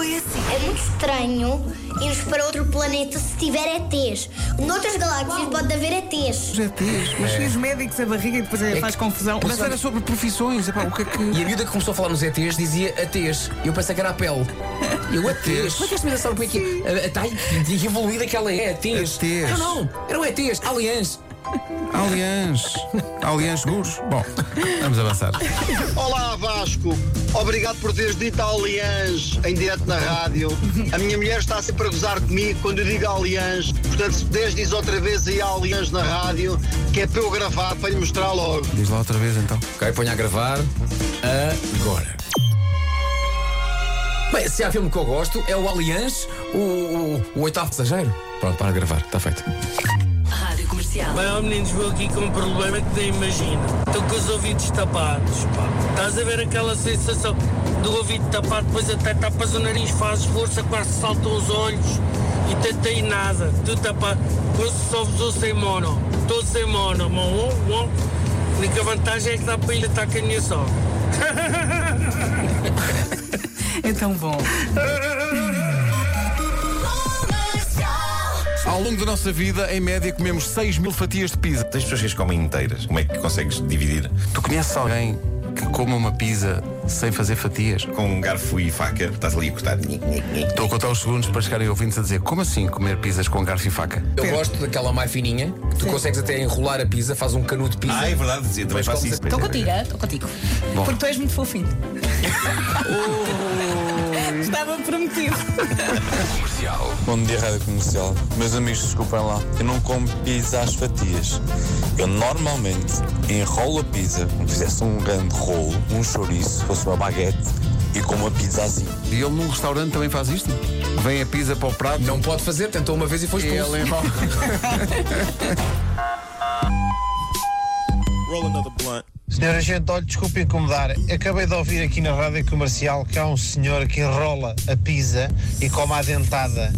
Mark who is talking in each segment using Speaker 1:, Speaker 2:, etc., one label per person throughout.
Speaker 1: assim.
Speaker 2: É estranho irmos para outro planeta se tiver ETs. Noutras galáxias pode haver ETs.
Speaker 3: Os ETs, mas
Speaker 4: É.
Speaker 3: se os médicos, a barriga e depois eh, faz confusão. Mas era sobre profissões, epá, o que é
Speaker 5: E
Speaker 3: que.
Speaker 5: a miúda que começou a falar nos ETs dizia ATs. Eu pensei que era a pele. Eu, ATs? Como é que esta miúda sabe o que é que é? Está evoluída que ela é, ATs.
Speaker 3: ATs.
Speaker 5: Não, não, eram ETs, aliens.
Speaker 3: Aliás, aliás seguros. Bom, vamos avançar.
Speaker 6: Olá Vasco, obrigado por teres dito Aliange em direto na rádio. A minha mulher está sempre a gozar comigo quando eu digo Aliange. Portanto, se puderes, diz outra vez aí Aliange na rádio, que é para eu gravar, para lhe mostrar logo.
Speaker 3: Diz lá outra vez então.
Speaker 5: Ok, ponho a gravar agora. Bem, se há filme que eu gosto, é o Aliens, o, o, o oitavo passageiro. Pronto, para de gravar, está feito.
Speaker 1: Rádio Comercial.
Speaker 7: Bem, ó meninos, vou aqui com um problema que nem imagino. Estou com os ouvidos tapados, pá. Estás a ver aquela sensação do ouvido tapado, depois até tapas o nariz, fazes força, quase saltam os olhos e tenta ir nada. Tu tapado, eu só vos ouço em um mono. Estou sem mono, mão, um, um. A única vantagem é que dá para ir estar com a minha sogra.
Speaker 3: É tão bom. Ao longo da nossa vida, em média, comemos 6 mil fatias de pizza.
Speaker 8: Tens pessoas que as comem inteiras. Como é que consegues dividir
Speaker 3: Tu conheces alguém que coma uma pizza sem fazer fatias?
Speaker 8: com um garfo e faca? Estás ali a cortar.
Speaker 3: Estou a contar os segundos para chegarem ouvintes a dizer como assim comer pizzas com garfo e faca?
Speaker 5: Eu gosto daquela mais fininha, que tu consegues até enrolar a pizza, faz um canudo de pizza.
Speaker 8: Ah, é verdade, eu também
Speaker 5: Mas é
Speaker 8: faço
Speaker 5: como
Speaker 8: isso.
Speaker 5: se-
Speaker 4: Estou Então contigo, eh? estou contigo. Porque tu és muito fofinho. Estava prometido.
Speaker 9: Bom dia, Rádio Comercial. Meus amigos, desculpem lá. Eu não como pizza às fatias. Eu normalmente enrolo a pizza, como se fizesse um grande rolo, um chouriço, fosse uma baguete, e como a pizza assim.
Speaker 3: E ele num restaurante também faz isto? Vem a pizza para o prato?
Speaker 5: Não pode fazer, tentou uma vez e foi expulso.
Speaker 3: Ele é enrola.
Speaker 10: Senhora gente, olha, desculpe incomodar. Acabei de ouvir aqui na rádio comercial que há um senhor que enrola a pizza e come à dentada.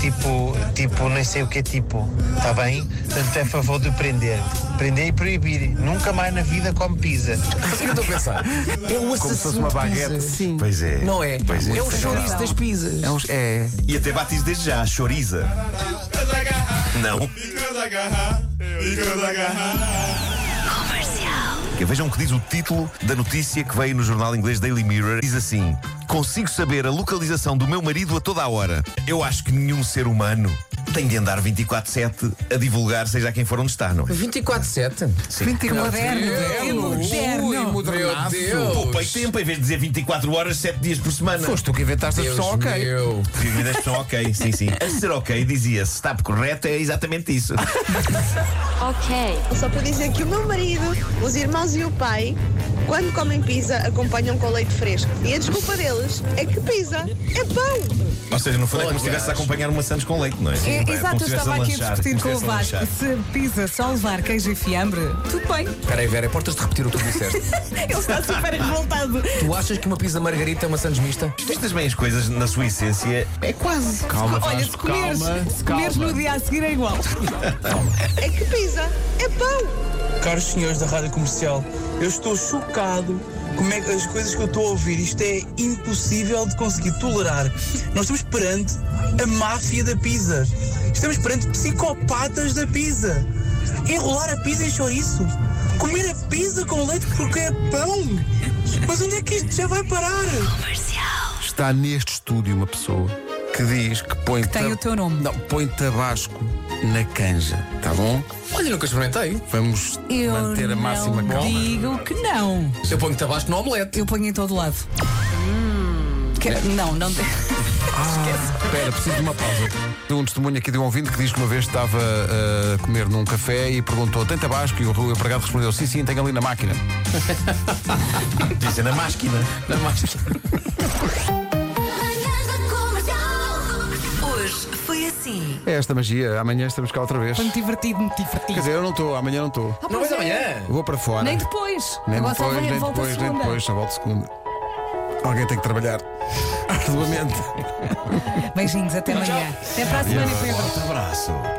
Speaker 10: Tipo, tipo, nem sei o que é tipo. Está bem? Portanto, é a favor de prender. Prender e proibir. Nunca mais na vida come pizza.
Speaker 5: Mas o que eu estou a pensar? É o
Speaker 8: Como se fosse
Speaker 5: assassino
Speaker 8: uma
Speaker 5: de
Speaker 8: baguete.
Speaker 5: pizza.
Speaker 3: Sim.
Speaker 8: Pois é.
Speaker 5: Não é?
Speaker 8: Pois é.
Speaker 5: é o chouriço das pizzas.
Speaker 3: É, uns- é.
Speaker 8: E até batiz desde já, choriza. Não. Que Vejam o que diz o título da notícia que veio no jornal inglês Daily Mirror. Diz assim: Consigo saber a localização do meu marido a toda a hora. Eu acho que nenhum ser humano tem de andar 24-7 a divulgar, seja a quem for onde está, não é?
Speaker 5: 24-7?
Speaker 4: Moderno.
Speaker 3: É
Speaker 4: Moderno.
Speaker 5: Meu
Speaker 8: Poupei
Speaker 5: Deus!
Speaker 8: tempo em vez de dizer 24 horas, 7 dias por semana.
Speaker 3: Foste tu que inventaste a
Speaker 5: Deus
Speaker 3: pessoa, ok.
Speaker 5: meu.
Speaker 8: Tive a expressão ok, sim, sim. A ser ok dizia-se, está correto, é exatamente isso.
Speaker 1: Ok.
Speaker 11: Só para dizer que o meu marido, os irmãos e o pai, quando comem pizza, acompanham com leite fresco. E a desculpa deles é que pizza é pão.
Speaker 8: Ou seja, no fundo é como se estivesse a acompanhar uma Santos com leite, não é?
Speaker 4: É,
Speaker 8: Como se
Speaker 4: Exato, eu
Speaker 8: estivesse
Speaker 4: estava aqui a
Speaker 8: lanchar,
Speaker 4: discutir
Speaker 8: como
Speaker 4: com o
Speaker 8: se estivesse a
Speaker 4: Vasco.
Speaker 8: lanchar.
Speaker 4: Se pizza só levar queijo e fiambre, tudo bem.
Speaker 5: Espera aí, Vera, é portas de repetir o que tu disseste.
Speaker 4: Ele está super revoltado.
Speaker 5: tu achas que uma pizza margarita é uma sandes mista?
Speaker 8: Estas bem as coisas, na sua essência, é quase.
Speaker 3: Calma,
Speaker 4: Olha, se
Speaker 3: Vasco,
Speaker 4: comeres,
Speaker 3: calma.
Speaker 4: se comeres no dia a seguir é igual.
Speaker 11: É que pizza é pão.
Speaker 9: Caros senhores da Rádio Comercial, eu estou chocado como é que as coisas que eu estou a ouvir, isto é impossível de conseguir tolerar. Nós estamos perante a máfia da pizza. Estamos perante psicopatas da pizza. Enrolar a pizza em chouriço. Comer a pizza com leite porque é pão. Mas onde é que isto já vai parar?
Speaker 3: Está neste estúdio uma pessoa que diz que põe. Que
Speaker 4: tem o teu nome.
Speaker 3: Não, põe tabasco na canja, tá bom?
Speaker 5: Olha, nunca experimentei.
Speaker 3: Vamos
Speaker 4: Eu
Speaker 3: manter a máxima
Speaker 4: não
Speaker 3: calma.
Speaker 4: digo que não.
Speaker 5: Eu ponho tabasco no omelete.
Speaker 4: Eu ponho em todo lado. Hum. Que- Não, não.
Speaker 3: Espera, preciso de uma pausa. Deu um testemunho aqui de um ouvinte que diz que uma vez estava uh, a comer num café e perguntou: tem tabasco? E o Rui empregado respondeu: sim, sim, tem ali na máquina.
Speaker 8: Dizem na máquina.
Speaker 5: Na máscara.
Speaker 1: Hoje foi assim.
Speaker 3: É esta magia, amanhã estamos cá outra vez.
Speaker 4: Muito
Speaker 3: Quer
Speaker 4: divertido, muito divertido.
Speaker 3: dizer, eu não estou, amanhã não
Speaker 4: Ah,
Speaker 3: estou.
Speaker 5: Não
Speaker 4: pois
Speaker 5: vais
Speaker 4: é.
Speaker 5: amanhã.
Speaker 3: Eu Vou para fora.
Speaker 4: Nem depois.
Speaker 3: Nem
Speaker 4: Agora só
Speaker 3: depois,
Speaker 4: vem-
Speaker 3: nem
Speaker 4: volta
Speaker 3: depois, nem
Speaker 4: segunda.
Speaker 3: depois, só volto segunda. Alguém tem que trabalhar arduamente.
Speaker 4: Beijinhos, até amanhã. Até para a semana, Pedro.
Speaker 8: Forte abraço.